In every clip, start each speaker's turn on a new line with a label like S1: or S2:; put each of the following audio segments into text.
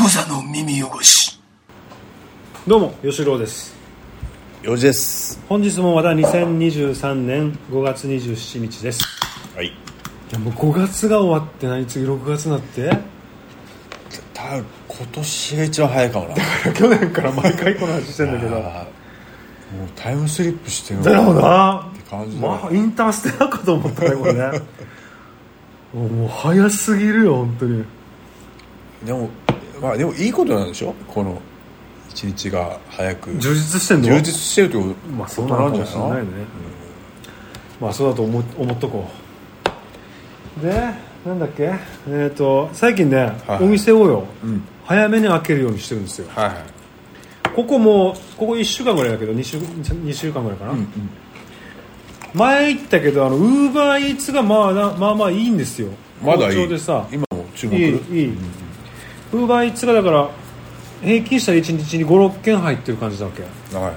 S1: 無座の耳汚し
S2: どうも吉郎です
S3: よじです
S2: 本日もまた2023年5月27日です
S3: はい
S2: いやもう5月が終わって何次6月になって
S3: た今年が一番早い かもな
S2: 去年から毎回この話してんだけど
S3: あーもうタイムスリップしてる
S2: だよな
S3: って感じだ
S2: まあインターステラーかと思ったねこれね もうもう早すぎるよ本当に
S3: でもまあでもいいことなんでしょこの一日が早く充
S2: 充実してんの
S3: 実してるってこと
S2: まあそうなのかもしれないね、まあそうだと思思っとこうでなんだっけえっ、と最近ね、
S3: はい
S2: お店をよ、
S3: うん
S2: 早めに開けるようにしてるんですよ
S3: はいはい
S2: ここもここ1週間ぐらいだけど2週 ,2 週間ぐらいかな、
S3: うん
S2: 前言ったけどあのウーバーイーツがまあなまあまあいいんですよ
S3: まだい
S2: 好調
S3: い
S2: でさ
S3: 今も注
S2: い
S3: 目
S2: いいいウーバーイーツがだから平均したら1日に56件入ってる感じだわけ
S3: はい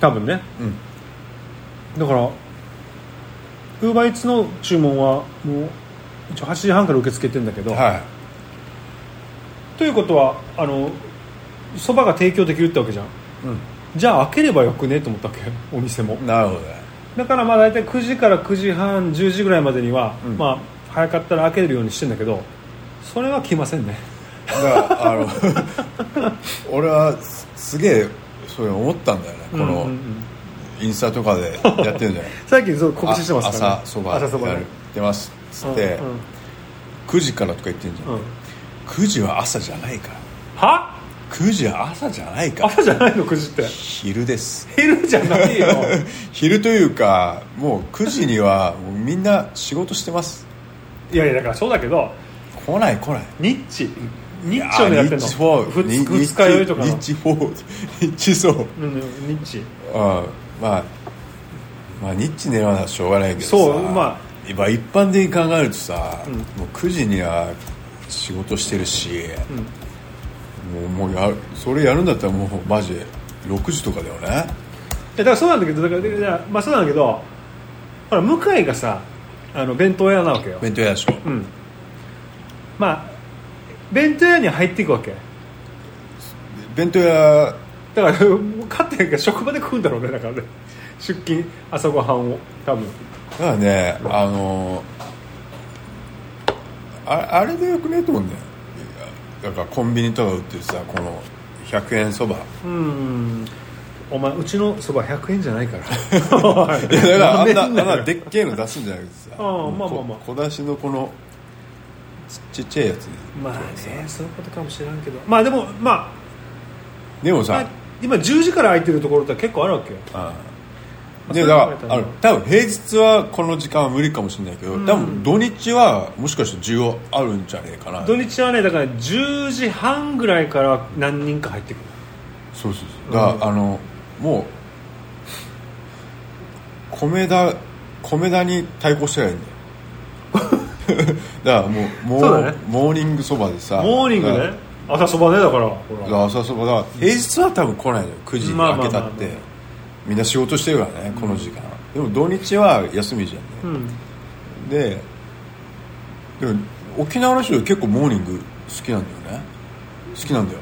S2: 多分ね、
S3: うん
S2: だからウーバーイーツの注文はもう一応8時半から受け付けてんだけど、
S3: は
S2: ということはあのそばが提供できるってわけじゃん
S3: い、
S2: じゃあ開ければよくねと思ったわけ お店も
S3: うん、なるほどね
S2: だからまあ大体9時から9時半10時ぐらいまでには、
S3: うん
S2: まあ早かったら開けれるようにしてんだけどそれは来ませんね
S3: だからあの 俺はすすげえそれ思ったんだよねこ
S2: うんうんう
S3: の
S2: ん
S3: インスタとかでやってるじ ゃない
S2: 最近そう告知してますから、ね
S3: あ、朝そば
S2: 朝そば
S3: や
S2: ね
S3: ってますっつ
S2: うん
S3: って、
S2: うん
S3: 9時からとか言ってんじゃん、
S2: うん
S3: 9時は朝じゃないから
S2: は
S3: 9時は朝じゃないから
S2: 朝じゃないの9時って
S3: 昼です
S2: 昼じゃないよ
S3: 昼というかもう9時にはもうみんな仕事してます
S2: いやいやだからそうだけど
S3: 来ない来ない
S2: ニッチニッチを
S3: あ
S2: 狙ってん
S3: 日
S2: の
S3: フォ
S2: ふ
S3: ー
S2: 二日酔いとかの
S3: 日フォー日そう
S2: うんうんニッチ
S3: あまあまあニッチ狙うのはしょうがないけどさ
S2: そうま
S3: あ、まあ一般的に考えるとさ、
S2: うん
S3: もう9時には仕事してるし、もうもうやるそれやるんだったらもうマジで6時とかだよね
S2: いやだからそうなんだけどだからいやまあそうなんだけどほら向井がさあの弁当屋なわけよ
S3: 弁当屋でしょ
S2: うんまあ弁当屋に入っていくわけ
S3: 弁当屋
S2: だから勝ってるから職場で食うんだろうねだからね出勤朝ごはんを多分
S3: だからねあのああれでよくねえと思うんだよだからコンビニとか売ってるさこの100円そば
S2: うんお前うちのそば100円じゃないから おい
S3: いやだからあんなあ
S2: 舐め
S3: ん
S2: んなよ
S3: なでっけえの出すんじゃなくてさ
S2: ああまあまあまあ
S3: こ小出しのこのちちっちゃいやつ
S2: まあねそういうことかもしれんけどまあでもま
S3: でも
S2: あ、
S3: さ
S2: 今10時から空いてるところって結構あるわけよ
S3: あ
S2: まあ
S3: あで
S2: そ
S3: だ
S2: れは
S3: からあの多分平日はこの時間は無理かもしれないけど、
S2: うん
S3: 多分土日はもしかして需要あるんじゃねえかな
S2: 土日はねだから10時半ぐらいから何人か入ってくる
S3: そうそうそうだから、あのもう米田米田に対抗してないいん だよだからもうもう
S2: そうだね
S3: モーニングそばでさ
S2: モーニング
S3: だ
S2: ね朝そばねだからほ
S3: だ
S2: ら
S3: から朝そばだ平日は多分来ないのよ9時に
S2: まあまあ
S3: 開けたっ
S2: まあ
S3: て
S2: まあ
S3: みんな仕事してるからねこの時間、でも土日は休みじゃんね、
S2: うん
S3: ででも沖縄の人結構モーニング好きなんだよね好きなんだよ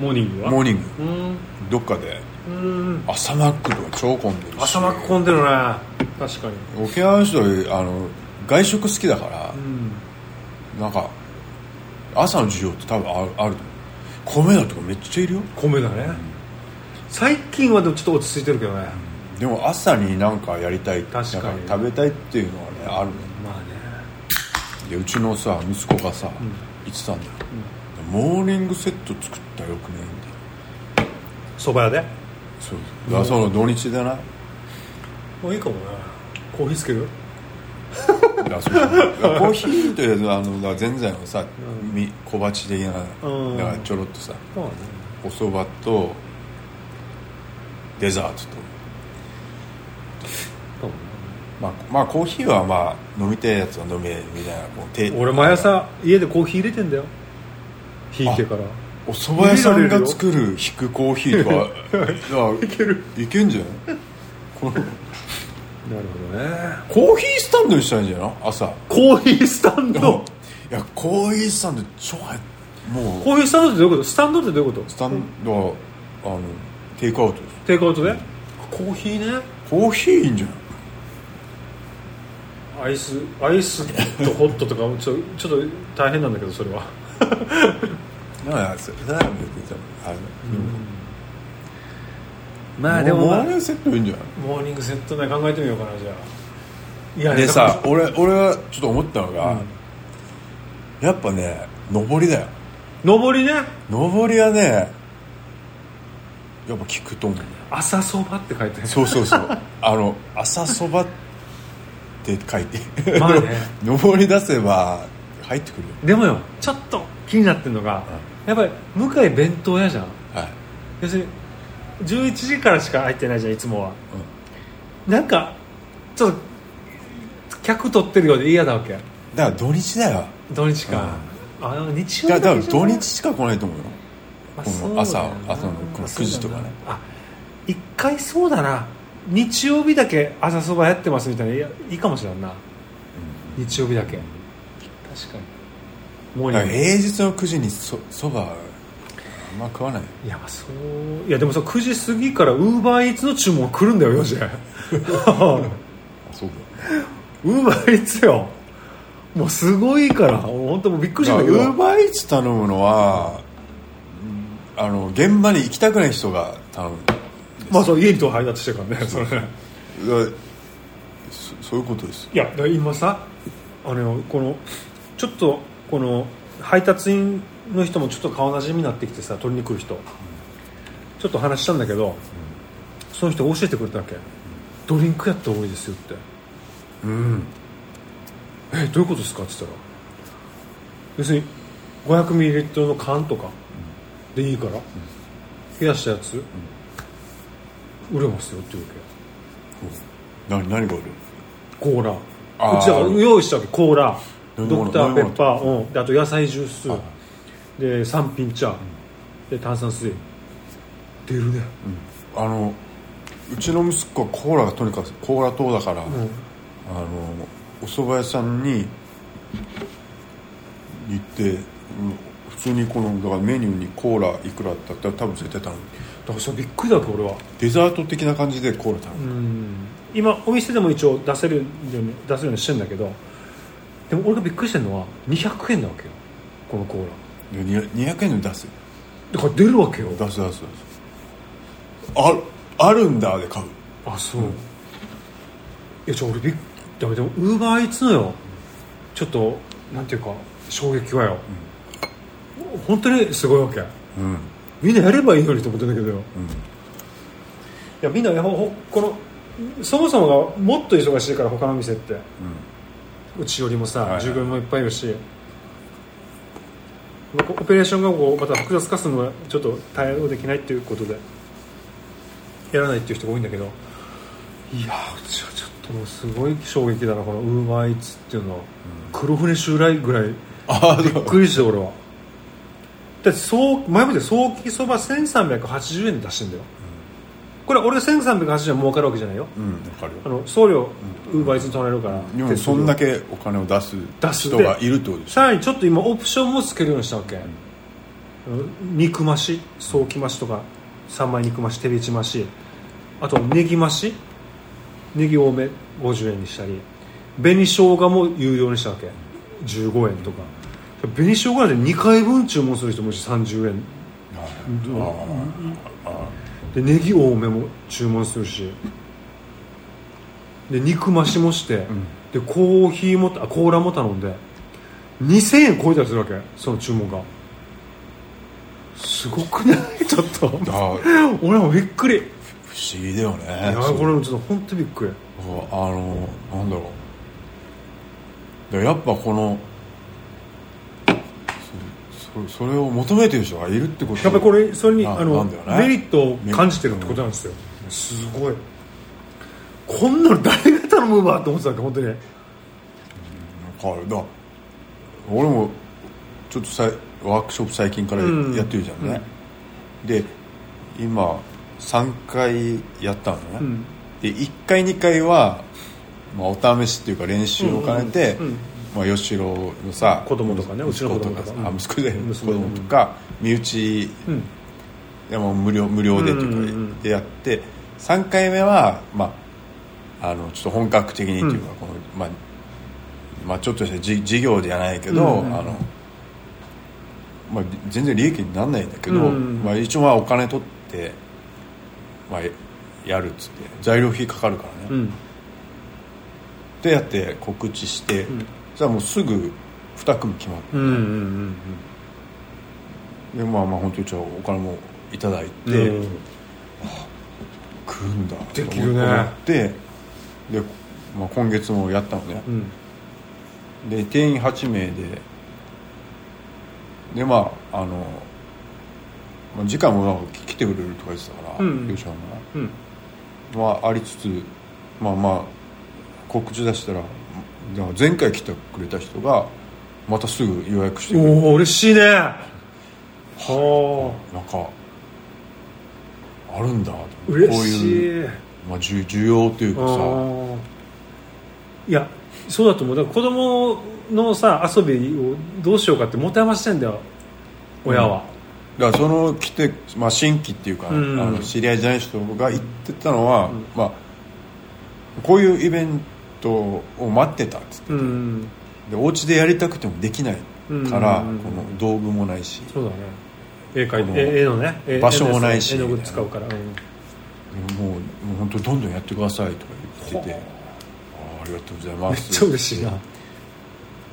S2: モーニングは
S3: モーニング
S2: うん
S3: どっかで
S2: うん
S3: 朝マックとか超混んでるし
S2: 朝マック混んでるね確かに
S3: 沖縄の人あの外食好きだから
S2: う、ん
S3: なんか朝の需要って多分あるあると思う米だとかめっちゃいるよ
S2: 米だね最近はでもちょっと落ち着いてるけどね
S3: でも朝になんかやりたい
S2: 確かに
S3: なん食べたいっていうのはねあるね
S2: まあね
S3: でうちのさ息子がさ、言ってたんだよ、モーニングセット作ったらよくないんだよ
S2: そば屋で
S3: そうだからその土日だな
S2: もういいかもねコーヒーつける
S3: い やそうそうコーヒーというのはあのだからぜんざいのさ、み小鉢的な、
S2: うん
S3: だからちょろっとさ
S2: まあね
S3: お蕎麦とデザートと、
S2: かもね
S3: まあ、まあコーヒーはまあ飲みたいやつは飲めみたいなもうて
S2: 俺毎朝家でコーヒー入れてんだよ引いてから
S3: お蕎麦屋さんが作る引くコーヒーとか いけるいけんじゃないこの
S2: なるほどね
S3: コーヒースタンドにしたいんじゃないの朝
S2: コーヒースタンド
S3: いやコーヒースタンド超流行もう
S2: コーヒースタンドってどういうことスタンドってどういうこと
S3: スタンドはあのテイクアウトです
S2: テイクアウトでコーヒーね
S3: コーヒーいいんじゃない
S2: アイスアイスとホットとかちょちょっと大変なんだけどそれは
S3: なんかそれなら別に多分あれ
S2: ま
S3: モーニングセットいいんじゃない
S2: モーニングセットね考えてみようかなじゃあいや
S3: でさ俺俺はちょっと思ったのが、やっぱね上りだよ
S2: 上りね
S3: 上りはねやっぱ聞くと思う
S2: 朝そばって書いてあ
S3: そうそうそう あの朝そばって書いて
S2: るまあね
S3: 上り出せば入ってくるよ
S2: でもよちょっと気になってるのが、やっぱり向井弁当屋じゃん
S3: はい、
S2: 要するに11時からしか入ってないじゃんいつもはなんかちょっと客取ってるようで嫌だわけ
S3: うん、だから土日だよ
S2: 土日か、あの日曜
S3: だ
S2: 日
S3: から
S2: だ
S3: 多
S2: け
S3: 分
S2: じゃ
S3: 土
S2: ない
S3: 日しか来ないと思うよ
S2: あ
S3: この
S2: そうだよな
S3: 朝朝のこの9時とかね
S2: あ一回そうだな日曜日だけ朝そばやってますみたいないやいいかもしれんな、日曜日だけ確かにもう
S3: だから平日の9時にそそばあんま食わない
S2: いやまあそういやでもさ9時過ぎからウーバーイーツの注文来るんだよ4時
S3: そうだ
S2: ウーバーイーツよもうすごいからもう本当もうびっくりしたんだけ
S3: ウー
S2: ど
S3: バーイーツ頼むのは、うんあの現場に行きたくない人が頼む
S2: まあそう家にと配達してるからねそれね
S3: だそそういうことです
S2: いやだから今さあのこのちょっとこの配達員の人もちょっと顔なじみになってきてさ取りに来る人、ちょっと話したんだけど、その人が教えてくれたわけ、ドリンクやった方がいいですよって
S3: うん
S2: えどういうことですかって言ったら要するに500ミリリットルの缶とかでいいから、冷やしたやつ、売れますよって言うわ
S3: な何がある
S2: けコーラ
S3: あー
S2: うちだから用意したわけコーラ
S3: 飲み
S2: ド
S3: 物
S2: クタ
S3: 飲
S2: ーペ
S3: み物
S2: ッパー、うん、であと野菜ジュース、で3品茶、で炭酸水出るね、
S3: あのうちの息子はコーラがとにかくコーラ糖だから、
S2: うん
S3: あのお蕎麦屋さんに行って、うん普通にこのだからメニューにコーラいくらだったら多分絶対頼む
S2: だからそれびっくりだわけ俺は
S3: デザート的な感じでコーラ頼む、
S2: 今お店でも一応出せるように出せるようにしてんだけどでも俺がびっくりしてるのは200円なわけよこのコーラ
S3: でに200円で出す
S2: だから出るわけよ
S3: 出す出す出すああるんだで買う
S2: あそう、いやじゃあ俺びっだめでもウーバーイーツのよちょっとなんていうか衝撃はよ、本当にすごいわけ
S3: うんうん
S2: みんなやればいいのにと思ってんだけどよいやみんなほほこのそもそもがもっと忙しいから他の店ってうちよりもさ、
S3: はいはい
S2: 従業員もいっぱいいるしこうオペレーションがこうまた複雑化するのはちょっと対応できないっていうことでやらないっていう人が多いんだけどいやーうちはちょっともうすごい衝撃だなこのウーバーイーツっていうのは、黒船襲来ぐらい
S3: ああ
S2: びっくりして俺はだってそう前もって早期そば1380円で出してんだよ、これ俺が1380円儲かるわけじゃないよ
S3: うん分かるよ
S2: あの送料ウーバーイーツに取られるから、
S3: でもそんだけお金を出す人がいるってことでしょ
S2: さらにちょっと今オプションもつけるようにしたわけ、肉増し早期増しとか三枚肉増し手びち増しあとネギ増しネギ多め50円にしたり紅生姜も有料にしたわけ15円とか紅生姜で2回分注文する人もいるし30円でネギ多めも注文するしで肉増しもして、でコーヒーもあコーラも頼んで2000円超えたりするわけその注文がすごくない ちょっと
S3: あー
S2: 俺もびっくりい
S3: 不思議だよね
S2: や
S3: そう
S2: これもちょっと本当びっくり
S3: あのなんだろうでやっぱこのそそそれを求めてる人がいるってこと
S2: やっぱりこれそれに
S3: な
S2: あの、
S3: なんだよね
S2: メリットを感じてるってことなんですよすごいこんなの誰が頼むわと思ってたわけ本当に
S3: 変わるだ俺もちょっとさいワークショップ最近から
S2: うん
S3: やってるじゃんね、で今3回やったのね、
S2: ん
S3: で1回2回は、まあ、お試しっていうか練習を兼ねて、
S2: うんうん
S3: まあ、吉郎のさ
S2: 子供とかね
S3: 息
S2: うちの子供とか
S3: さ
S2: うん
S3: あ息子で
S2: うん
S3: 子供とか身内
S2: うん
S3: でも無料無料でと
S2: うんうんうん
S3: かでやって、三3回目は、まあ、あのちょっと本格的にというか、このまあまあ、ちょっとしたじ事業じゃないけど、
S2: うんうんうん
S3: あのまあ、全然利益にならないんだけど、
S2: うんうん
S3: まあ、一応まあお金取って、まあ、やるっつって材料費かかるからね、
S2: うん
S3: でやって告知して、
S2: ん
S3: じゃあもうすぐ2組決まって
S2: うんうん
S3: でまあまあ本当に一応お金もいただい
S2: うん
S3: て、
S2: うん
S3: 来るんだ
S2: できるね
S3: と思ってで、まあ、今月もやったのね
S2: う、ん
S3: で定員8名ででまああの、まあ、次回もなんか来てくれるとか言ってたから、
S2: うん
S3: 吉本が
S2: うん
S3: まあ、ありつつまあまあ告知出したらだから前回来てくれた人がまたすぐ予約してくれて
S2: おお嬉しいねは
S3: なんかあるんだ
S2: あ嬉
S3: こう
S2: し
S3: いう、
S2: い
S3: まあ、需需要というかさ
S2: あーいやそうだと思うだから子供のさ遊びをどうしようかって持て余してんだよ親は、
S3: だからその来て、まあ、新規っていうか、
S2: うん
S3: あの知り合いじゃない人が言ってたのは、まあ、こういうイベントを待ってたっつって
S2: うん、
S3: でお家でやりたくてもできないから、
S2: うんうんうん
S3: この道具もないし
S2: そうだね絵描い
S3: こ
S2: て
S3: の
S2: 絵絵のね絵
S3: 場所もないし
S2: 絵の具使うから、うん
S3: もうもう本当どんどんやってくださいとか言っててあーありがとうございま
S2: めっ
S3: す
S2: ちゃ嬉しいな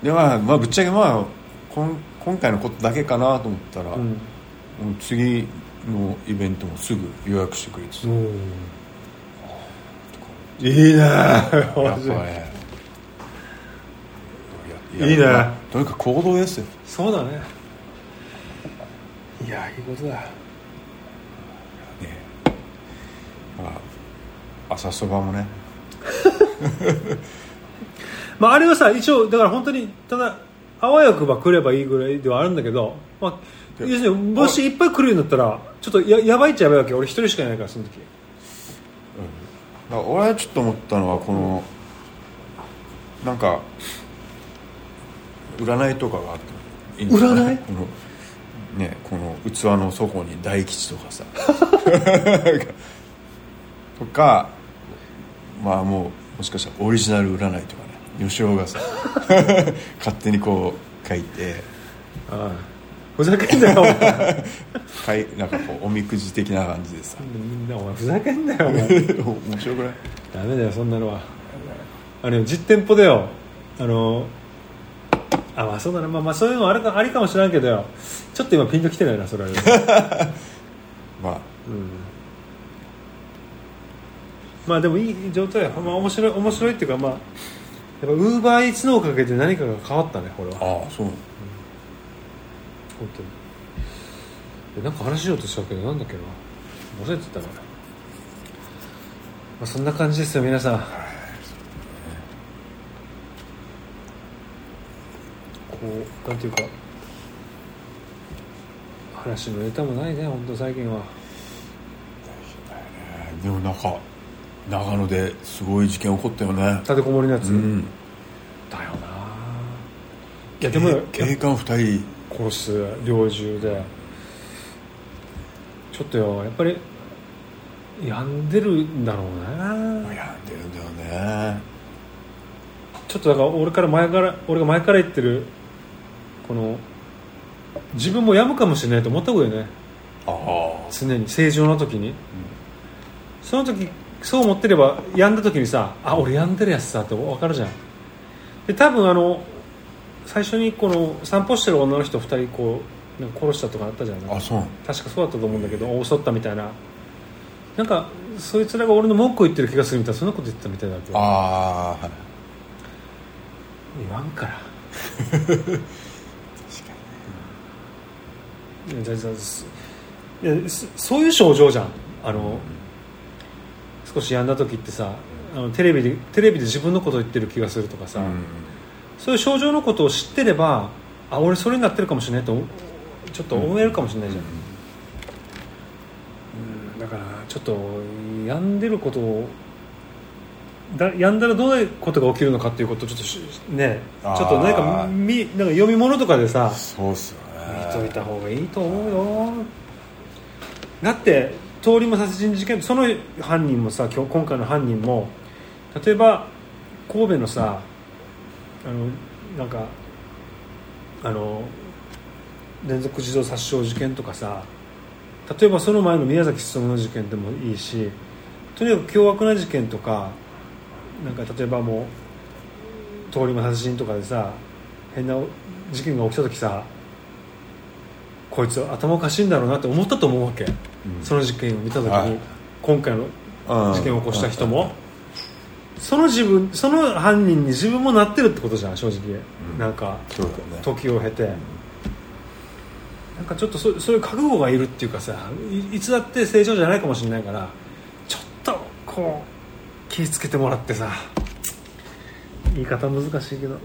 S3: でまあ、まあ、ぶっちゃけまあこん今回のことだけかなと思ったら、
S2: うん
S3: もう次のイベントもすぐ予約してくれてた
S2: いいね
S3: やっぱね
S2: いいね
S3: やとにかく行動ですよ
S2: そうだねいやいいことだ
S3: 朝そばもね
S2: まあ、あれはさ一応だから本当にただあわよくば来ればいいぐらいではあるんだけど、まあ、
S3: い
S2: 要
S3: や
S2: するにもしいっぱい来るんだったらちょっとややばいっちゃやばいわけ俺一人しかいないからその時
S3: だから俺はちょっと思ったのはこの、なんか占いとかがあってもいいんじゃな
S2: 占い
S3: このねこの器の底に大吉とか さとかまあもうもしかしたらオリジナル占いとかね吉尾が さ勝手にこう書いて
S2: ふざけんなよお前
S3: かいなんかこうおみくじ的な感じでさ
S2: みんなお前ふざけんなよお 前
S3: 面白くない
S2: ダメだよそんなのはあの実店舗だよあのあまあそうだなまあまあそういうのあれかありかもしれないけどよちょっと今ピンときてないなそれは、
S3: まあ
S2: うんまあでもいい状態まあ面白い面白いっていうかまあやっぱウーバーイーツのおかげで何かが変わったねこれは本
S3: ああそう
S2: 当にでなんか話しようとしたけどなんだっけな忘れてたな、まあ、そんな感じですよ皆さんこうなんていうか話のネタもないね本当最近は
S3: でもなんか長野ですごい事件起こったよね
S2: 立てこもりのやつ、
S3: うん
S2: だよなあいやでもやっ
S3: け警官2人
S2: ぱ殺す猟銃でちょっとよやっぱり病んでるんだろうね
S3: 病んでるんだよね
S2: ちょっとだから俺から前から俺が前から言ってるこの自分も病むかもしれないと思った方がいいよね
S3: ああ
S2: 常に正常な時に、その時そう思ってれば病んだ時にさあ俺病んでるやつさって分かるじゃんで多分あの最初にこの散歩してる女の人2人こうなんか殺したとかあったじゃん
S3: あそうなの
S2: 確かそうだったと思うんだけど襲ったみたいななんかそいつらが俺の文句を言ってる気がするみたいなそんなこと言ってたみたいだけど
S3: ああ
S2: 言わんから 確かにねじゃあじゃあすいやそそういう症状じゃんあの少し病んだ時ってさあのテレビでテレビで自分のこと言ってる気がするとかさ、
S3: うん
S2: そういう症状のことを知ってればあ俺それになってるかもしれないとちょっと思えるかもしれないじゃん、うんだからちょっと病んでることをだやんだらどういうことが起きるのかっていうことをちょっとしねちょ
S3: あー
S2: っとなんかみなんか読み物とかでさ
S3: そうっすよ
S2: 見とい
S3: ね
S2: た方がいいと思うよだって通り魔殺人事件その犯人もさ今日今回の犯人も例えば神戸のさあのなんかあの連続児童殺傷事件とかさ例えばその前の宮崎進の事件でもいいしとにかく凶悪な事件とかなんか例えばもう通り魔殺人とかでさ変な事件が起きた時さこいつ頭おかしいんだろうなって思ったと思うわけ、
S3: うん
S2: その事件を見た時に、
S3: はい
S2: 今回の
S3: うん
S2: 事件を起こした人も、その自分その犯人に自分もなってるってことじゃん正直、
S3: うん
S2: なんか
S3: そうだね
S2: 時を経て、なんかちょっとそそういう覚悟がいるっていうかさいいつだって正常じゃないかもしれないからちょっとこう気ぃつけてもらってさ言い方難しいけどど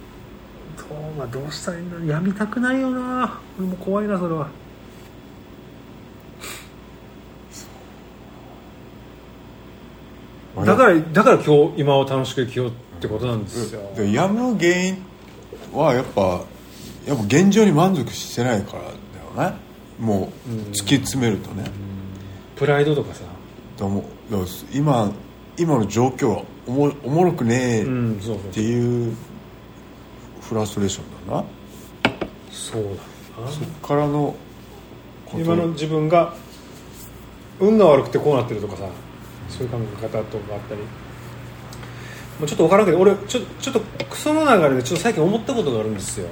S2: う,、まあ、どうしたらいいんだろうやみたくないよな俺も怖いなそれはだからだから今日今を楽しく生きようってことなんですよ、
S3: でやむ原因はやっぱやっぱ現状に満足してないからだよねもう
S2: うん
S3: 突き詰めるとね、
S2: プライドとかさ
S3: だからもうだから今今の状況はおもおもろくねえ
S2: う
S3: っ
S2: んそう
S3: て
S2: そう
S3: いうフラストレーションだな、
S2: そうだろうな
S3: そっからのこと
S2: 今の自分が運が悪くてこうなってるとかさそういう考え方とかあったり、まあ、ちょっと分からんけど俺ちょちょっとその流れでちょっと最近思ったことがあるんですよ、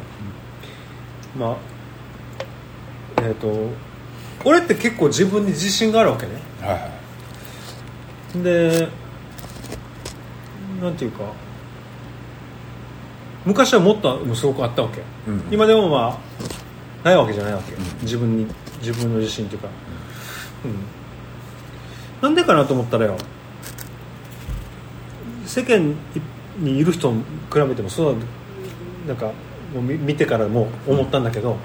S2: まあえっ、と俺って結構自分に自信があるわけね
S3: はいはい
S2: でなんていうか昔はもっともうすごくあったわけ、
S3: うん
S2: 今でもまあないわけじゃないわけ、自分に自分の自信というか、うんなんでかなと思ったらよ世間にいる人に比べてもそうだなんかもう見見てからも思ったんだけど、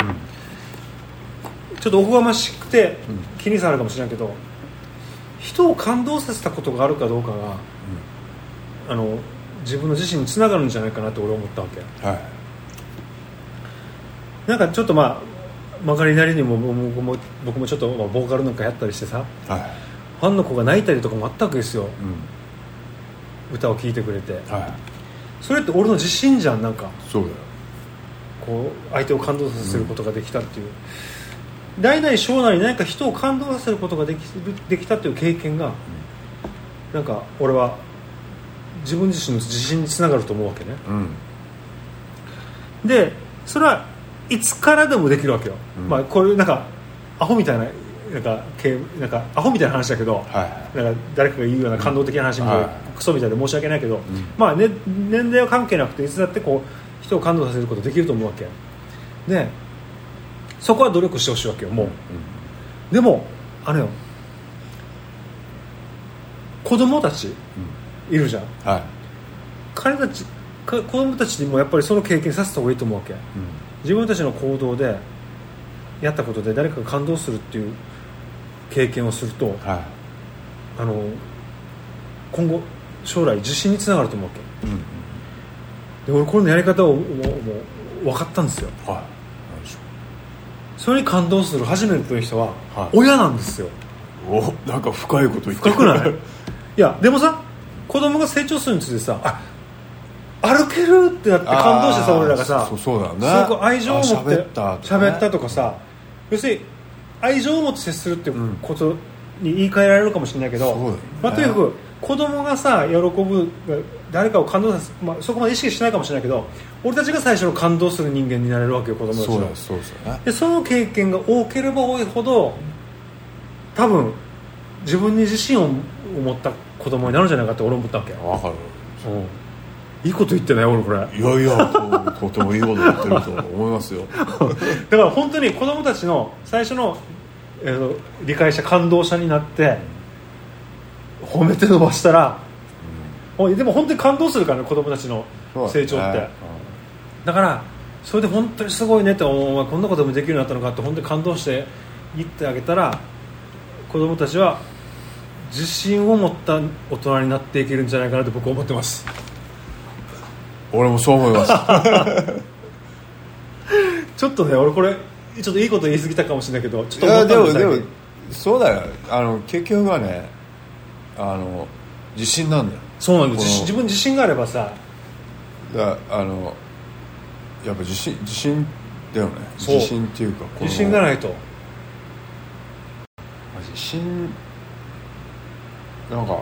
S2: ちょっとおこがましくて
S3: うん
S2: 気に障るかもしれないけど、人を感動させたことがあるかどうかがあの自分の自身につながるんじゃないかなと俺思ったわけ
S3: はい
S2: なんかちょっとまあ曲がりなりにも僕も僕もちょっとまあボーカルなんかやったりしてさ
S3: はい
S2: ファンの子が泣いたりとかもあったわけですよ
S3: うん
S2: 歌を聴いてくれて
S3: はい
S2: それって俺の自信じゃんなんか
S3: そうだよ
S2: こう相手を感動させることができたっていう、代々将来に何か人を感動させることができるできたっていう経験が、なんか俺は自分自身の自信につながると思うわけね
S3: うん
S2: でそれはいつからでもできるわけよ、
S3: うん
S2: まあこれなんかアホみたいななんかけなんかアホみたいな話だけど、
S3: はいはい
S2: なんか誰かが言うような感動的な話みたいな、
S3: は
S2: クソみたいで申し訳ないけど、
S3: ん
S2: まあね、年齢は関係なくていつだってこう人を感動させることできると思うわけでそこは努力してほしいわけよもうでもあれよ子供たち
S3: うん
S2: いるじゃん
S3: うんはい
S2: 彼たちか子供たちにもやっぱりその経験させた方がいいと思うわけ
S3: うん
S2: 自分たちの行動でやったことで誰かが感動するっていう経験をすると、
S3: は
S2: あの今後将来自信につながると思うわ
S3: いうん
S2: けで俺これのやり方をもうもう分かったんですよ
S3: はいなんでしょ
S2: それに感動する初めてという人は
S3: はい
S2: 親なんですよ、
S3: うおなんか深いこと言って
S2: 深くな いいやでもさ子供が成長するにつれてさあ歩けるってなって感動して
S3: あ
S2: さ
S3: ー
S2: 俺らがさ
S3: そうそうだよね
S2: すごく愛情を持って
S3: あ喋ったとかね
S2: 喋ったとかさ要するに愛情を持って接するって
S3: ん
S2: ことに言い換えられるかもしれないけど、
S3: そうだよね
S2: まあ、とにかく子供がさ喜ぶ誰かを感動させ、まあ、そこまで意識しないかもしれないけど俺たちが最初の感動する人間になれるわけよ子供たちの
S3: そうだよそうですよね
S2: でその経験が多ければ多いほど多分自分に自信を持った子供になるんじゃないかって俺思ったわけよ、
S3: わかる
S2: いいこと言ってない俺これ
S3: いやいやととてもいいこと言ってると思いますよ
S2: だから本当に子供たちの最初の、えーと理解者感動者になって褒めて伸ばしたら、おいでも本当に感動するからね子供たちの 成長って、だからそれで本当にすごいねってお前こんなこともできるようになったのかって本当に感動して言ってあげたら子供たちは自信を持った大人になっていけるんじゃないかなと僕は思ってます
S3: 俺もそう思います
S2: ちょっとね俺これちょっといいこと言い過ぎたかもしれないけど ちょっ
S3: い
S2: と思
S3: やでも
S2: ったんです
S3: で
S2: よ
S3: もそうだよあの結局はねあの自信なんだよ
S2: そうなんです
S3: この
S2: 自自分自信があればさ
S3: だあのやっぱ自信自信だよね
S2: そう
S3: 自信っていうかこの
S2: 自信がないと
S3: 自信なんか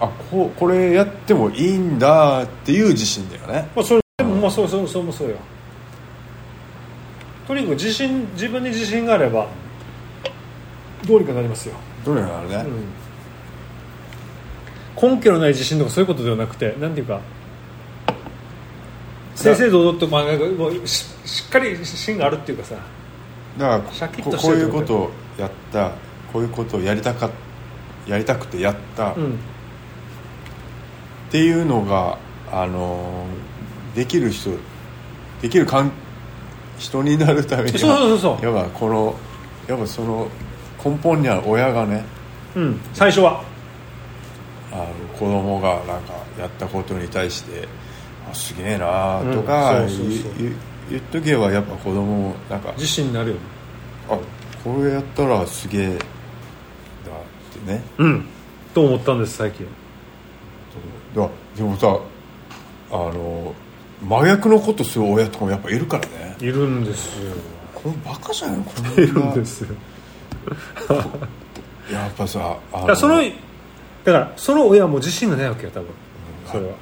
S3: あこうこれやってもいいんだっていう自信だよね
S2: まあ、それでもまあそうそうそうもそうよとにかく自信自分に自信があればどうにかなりますよ、
S3: どれなのね、
S2: 根拠のない自信とかそういうことではなくてなんていうか正々堂々と、まあ、なんかもうししっかり芯があるっていうかさ
S3: だから
S2: シャキッ
S3: こと
S2: して
S3: こう
S2: る
S3: い
S2: って
S3: うこ
S2: こ
S3: ととをやったこういうことをやりたかやりたくてやったっ
S2: うん
S3: ていうのが、あのーできる人できるかん人になるために
S2: そうそうそうそう
S3: やっぱこのやっぱその根本には親がね
S2: うん最初は
S3: あの子供がなんかやったことに対して「あすげえな」とか
S2: うんそうそうそう
S3: 言う言っとけばやっぱ子供もなんか
S2: 自信になるよね
S3: 「あこれやったらすげえだ」ってね
S2: うんと思ったんです最近
S3: だでもさあの真逆のことする親とかもやっぱいるからね
S2: いるんですよ
S3: これバカじゃないこ
S2: い
S3: ん
S2: るん
S3: な
S2: ですよ
S3: やっぱさあ
S2: だからそのだからその親も自信がないわけよ多分それは
S3: や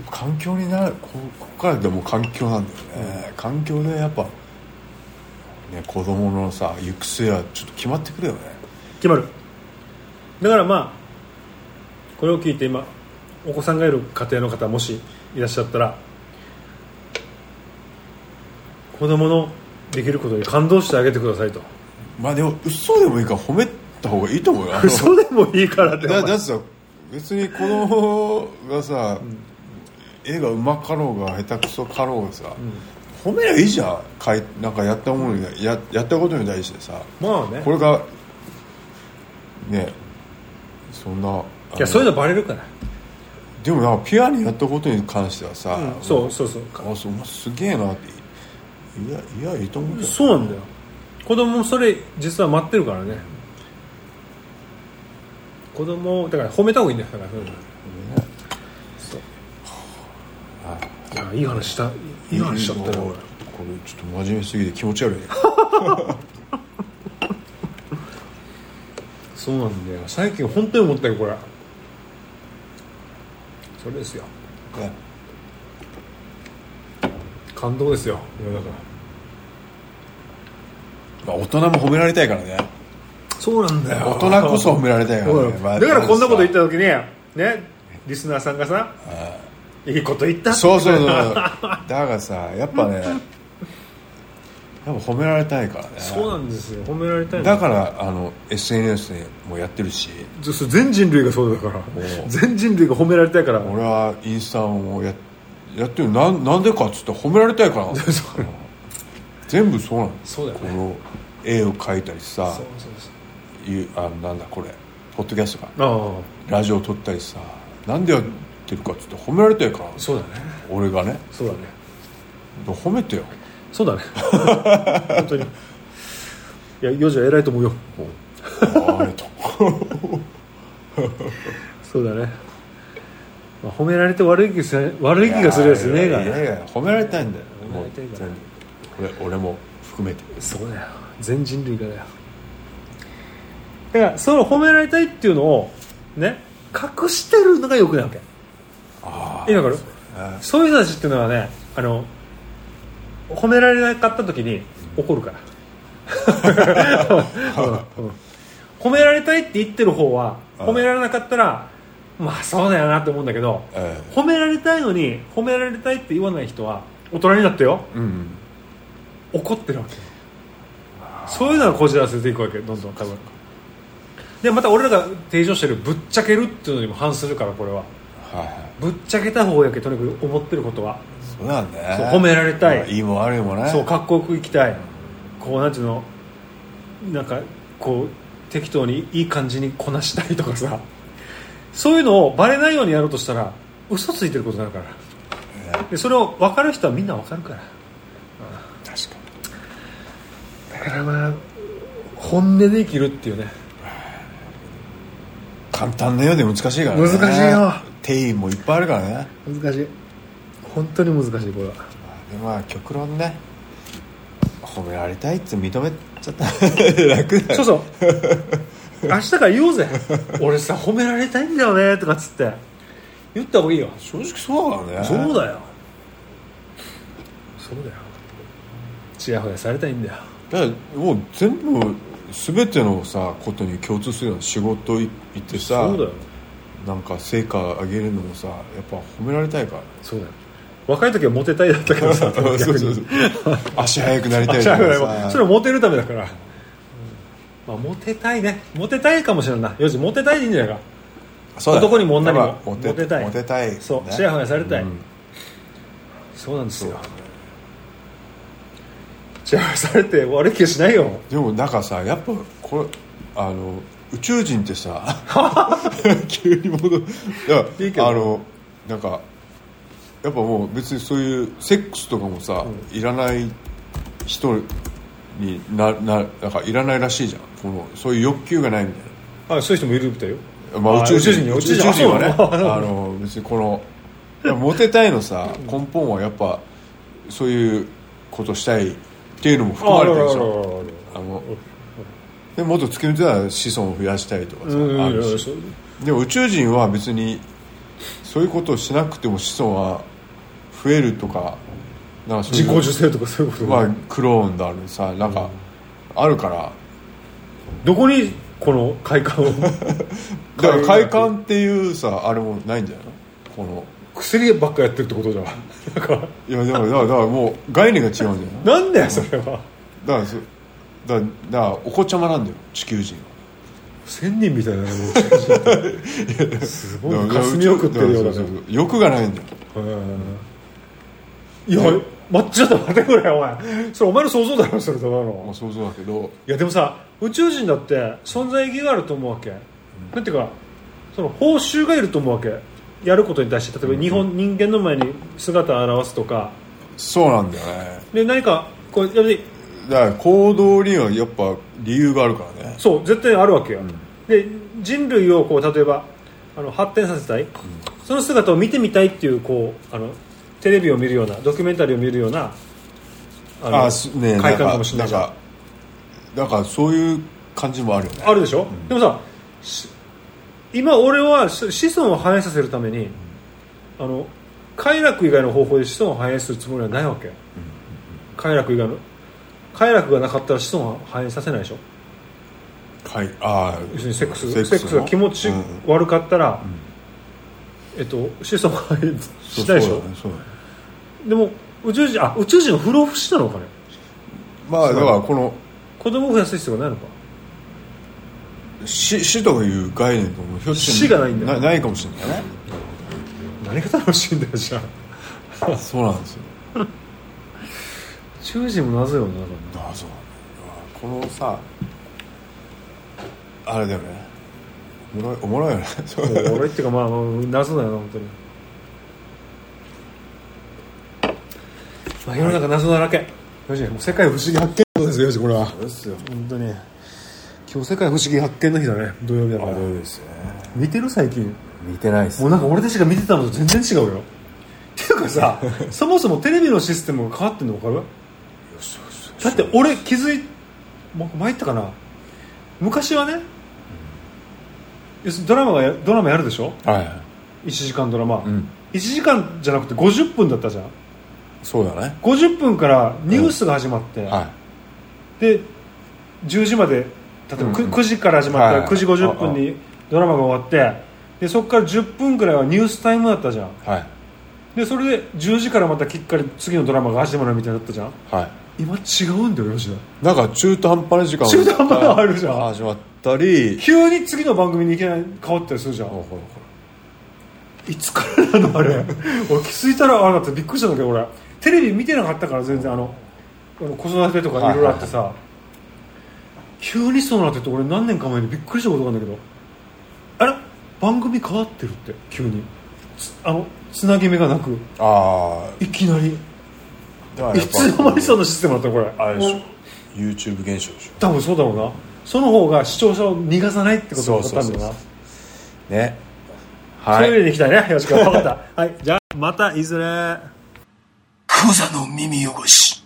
S3: っぱ環境になるこここからでも環境なんだよね、環境でやっぱ、ね、子供のさ行く末はちょっと決まってくるよね
S2: 決まるだからまあこれを聞いて今お子さんがいる家庭の方もしいらっしゃったら子供のできることに感動してあげてください と
S3: まあでも嘘でもいいから褒めた方がいいと思うよあの
S2: 嘘でもいいからってお
S3: だ
S2: 前
S3: だってさ別に子供がさ、絵がうまかろうが下手くそかろうがさ、褒めりゃいいじゃんかいなんかやったものに、ややったことに対してさ
S2: まあね
S3: これがねそんない
S2: やそういうのバレるから、
S3: でもなんかピアノやったことに関してはさ、
S2: うんそうそうそう
S3: あそうお前すげえなっていやいやいいと思うけど
S2: そうなんだよ子供もそれ実は待ってるからね子供をだから褒めた方がいいんだよだからそういうのそういやいい話したいい話しちゃったよ
S3: こ
S2: 俺
S3: れちょっと真面目すぎて気持ち悪いね
S2: そうなんだよ最近本当に思ったよこれそれですよ感動ですよいやだか
S3: ま
S2: ら
S3: あ大人も褒められたいからね
S2: そうなん だ
S3: 大人こそ褒められたい から
S2: そう
S3: ね
S2: だ、
S3: まあ
S2: だからこんなこと言った
S3: さ
S2: 時にねリスナーさんがさいいこと言った
S3: そうそうそうだからさやっぱ ねやっぱ褒められたいからね
S2: そうなんですよ褒められたいの
S3: だからあの SNS もやってるし
S2: ずそう全人類がそうだから
S3: う
S2: 全人類が褒められたいから
S3: 俺はインスタをややってるなんなんでかっつって褒められたいからなんだよ
S2: そう
S3: 全部そうなの
S2: そうだよね
S3: この絵を描いたりさ
S2: そうそうそう
S3: いうあなんだこれポッドキャストか
S2: あ
S3: ラジオ撮ったりさなんでやってるかっつって褒められたいから
S2: あそうだね
S3: 俺がね
S2: そうだね
S3: 褒め てよ
S2: そうだね本当にいやヨジは偉いと思うよ
S3: あれと
S2: そうだね、まあ、褒められて悪い気せ悪い気がするやつねえが
S3: いやいや褒められたいんだよ
S2: 褒め
S3: も
S2: ら
S3: う
S2: れたい
S3: 全
S2: か
S3: 部
S2: ら
S3: 俺俺も含めて
S2: そうだよ全人類がだよだからその褒められたいっていうのをね隠してるのがよくないわけ
S3: あ
S2: いいのかな
S3: あ
S2: そういう人たちっていうのはねあの褒められなかった時に怒るからうんうん褒められたいって言ってる方は
S3: ああ
S2: 褒められなかったらまあそうだよなって思うんだけど
S3: ええ
S2: 褒められたいのに褒められたいって言わない人は大人になってよ
S3: うん
S2: 怒ってるわけそういうのがこじらせていくわけどんどん多分でまた俺らが提唱してるぶっちゃけるっていうのにも反するからこれは
S3: はいはい
S2: ぶっちゃけた方やけどとにかく思ってることは
S3: そうだね
S2: そう褒められたい
S3: まあいいも悪いもね
S2: そうかっこよく生きたいこうなんていうのなんかこう適当にいい感じにこなしたりとかさそういうのをバレないようにやろうとしたら嘘ついてることになるからでそれを分かる人はみんな分かるから
S3: 確か
S2: だからまあ本音で生きるっていうね
S3: に簡単なようで難しいからね
S2: 難しいよ
S3: 定義もいっぱいあるからね
S2: 難しい本当に難しいこれは
S3: まあでもまあ極論ね褒められたいって認めちゃった 楽だ
S2: そう
S3: よ
S2: そう 明日から言おうぜ俺さ褒められたいんだよねとかっつって言った方がいいよ
S3: 正直そうだね
S2: そうだよそうだよちやほやされたいんだよ
S3: だからもう全部全てのさことに共通するような仕事行ってさ
S2: そうだよ
S3: なんか成果上げるのもさやっぱ褒められたいから
S2: そうだよ若い時はモテたいだったけどさ
S3: そうそうそう足速くなりたい
S2: あ
S3: と
S2: じ ゃあ
S3: か
S2: それ
S3: さ
S2: はモテるためだから、まあ、モテたいねモテたいかもしれんないよしモテたいでいいんじゃないか
S3: そうだ
S2: 男にも女にも
S3: やっぱモテ
S2: モテたい
S3: モテたいね
S2: そうシェアハヤされたい
S3: うん
S2: そうなんです
S3: そう
S2: よちやほやされて悪い気しないよ
S3: でもなんかさやっぱこれあの宇宙人って さ急に戻る
S2: いい
S3: い
S2: けど
S3: やあのなんかやっぱもう別にそういうセックスとかもさ、いらない人になななんかいらないらしいじゃんこのそういう欲求がないみたいな
S2: あそういう人もいるみたいよ
S3: まあ、
S2: あ
S3: 宇宙人
S2: 宇
S3: 宇
S2: 宙
S3: 宙
S2: 人
S3: 人はね
S2: あそうなの
S3: あの別にこのモテたいのさ根本はやっぱそういうことしたいっていうのも含まれてるでしょあのでもっと突き抜けたら子孫を増やしたいとかさあるしでも宇宙人は別にそういうことをしなくても子孫は増えるとかなんかそうい
S2: 自
S3: う
S2: 己受精とかそういうこと、
S3: まあクローンだあるさなんかあるから
S2: どこにこの快感を
S3: だから快感っていうさあれもないんじゃないのこの
S2: 薬ばっかやってるってことじゃんなんか
S3: いやだからだからだからもう概念が違うんじゃない
S2: なんだよそれは
S3: だからそだだからお子ちゃまなんだよ地球人は
S2: 仙人みたいなの すごい霞を食ってるようだ
S3: そそそ
S2: ね
S3: 欲がないんだよ
S2: うんいや待ってちょっと待ってくれよお前それお前の想像だろそれただ
S3: ま
S2: の
S3: あ想像だけど
S2: いやでもさ宇宙人だって存在意義があると思うわけ、なんていうかその報酬がいると思うわけやることに対して例えば日本、人間の前に姿を現すとか
S3: そうなんだよね
S2: で何かこうやっぱり
S3: だから行動にはやっぱ理由があるからね
S2: そう絶対あるわけよ、で人類をこう例えばあの発展させたい、その姿を見てみたいっていうこうあのテレビを見るようなドキュメンタリーを見るようなあの
S3: あすね
S2: 快
S3: な
S2: 感
S3: ん
S2: かもしれないじゃん
S3: かなんかそういう感じもあるよね
S2: あるでしょ、でもさし今俺はし子孫を反映させるために、あの快楽以外の方法で子孫を反映するつもりはないわけ、快楽以外の快楽がなかったら子孫は反映させないでしょ
S3: はいあ
S2: 要するにセックス
S3: セ
S2: セッ
S3: ッ
S2: ク
S3: クスの
S2: スが気持ち
S3: うん
S2: 悪かったら、えっと、子孫はしないでしょ
S3: そうだねそうだね
S2: でも宇宙人あ宇宙人の不老不死なのかね
S3: まあだからこの
S2: 子供を増やす必要がないのか
S3: 死死という概念ともひょっとして
S2: 死がないんだよ
S3: ないかもしれないね
S2: 何が楽しいんだよじゃあ
S3: そうなんですよ
S2: 宇宙人も謎よなだから
S3: ああそうなんだこのさあれだよねおもろいおもろいよねそう
S2: な俺っていうかまあまあ謎だよな本当に、まあ、世の中謎だらけよしもう世界不思議発見のことですよよしこれは
S3: ですよ
S2: 本当に今日世界不思議発見の日だね土曜日だから
S3: ですね
S2: 見てる最近
S3: 見てないっす
S2: もうなんか俺たちが見てたのと全然違うよっていう かさそもそもテレビのシステムが変わってんの分かるだって俺気づいもう前言ったかな昔はね、要するにドラマがやドラマやるでしょ
S3: は
S2: 1時間ドラマ、
S3: いうん
S2: 1時間じゃなくて50分だったじゃん
S3: そうだね
S2: 50分からニュースが始まって、
S3: は
S2: で10時まで例えば 9,
S3: うんうん
S2: 時から始まった
S3: は
S2: ら
S3: い
S2: 9時50分にドラマが終わってでそこから10分くらいはニュースタイムだったじゃん
S3: いはい
S2: でそれで10時からまたきっかり次のドラマが始まるみたいだったじゃん
S3: は
S2: 今違うんだよ吉田
S3: いなんか中途半端な時間
S2: 中途半端なのあるじゃん
S3: が始まったり
S2: 急に次の番組にいきなり変わったりするじゃ
S3: ほら
S2: ん
S3: ほら
S2: いつからなのあれ 俺気づいたらああなってびっくりしたんだけど俺テレビ見てなかったから全然あのあの子育てとかいろいろあってさ急にそうなってて俺何年か前にびっくりしたことがあるんだけどあれ番組変わってるって急につあのつなぎ目がなく
S3: あ
S2: いきなり
S3: あだか
S2: い
S3: らやっぱ
S2: つの間にそのシステムだったのこれ
S3: あれでしょ YouTube 現象でし
S2: 多分そうだろうなその方が視聴者を逃がさないってことだったんだな
S3: そうそうそうそうょね
S2: そ
S3: は
S2: ういう
S3: い
S2: 意味でいきたいねよろしく分かったはいじゃあまたいずれ
S1: クザの耳汚し。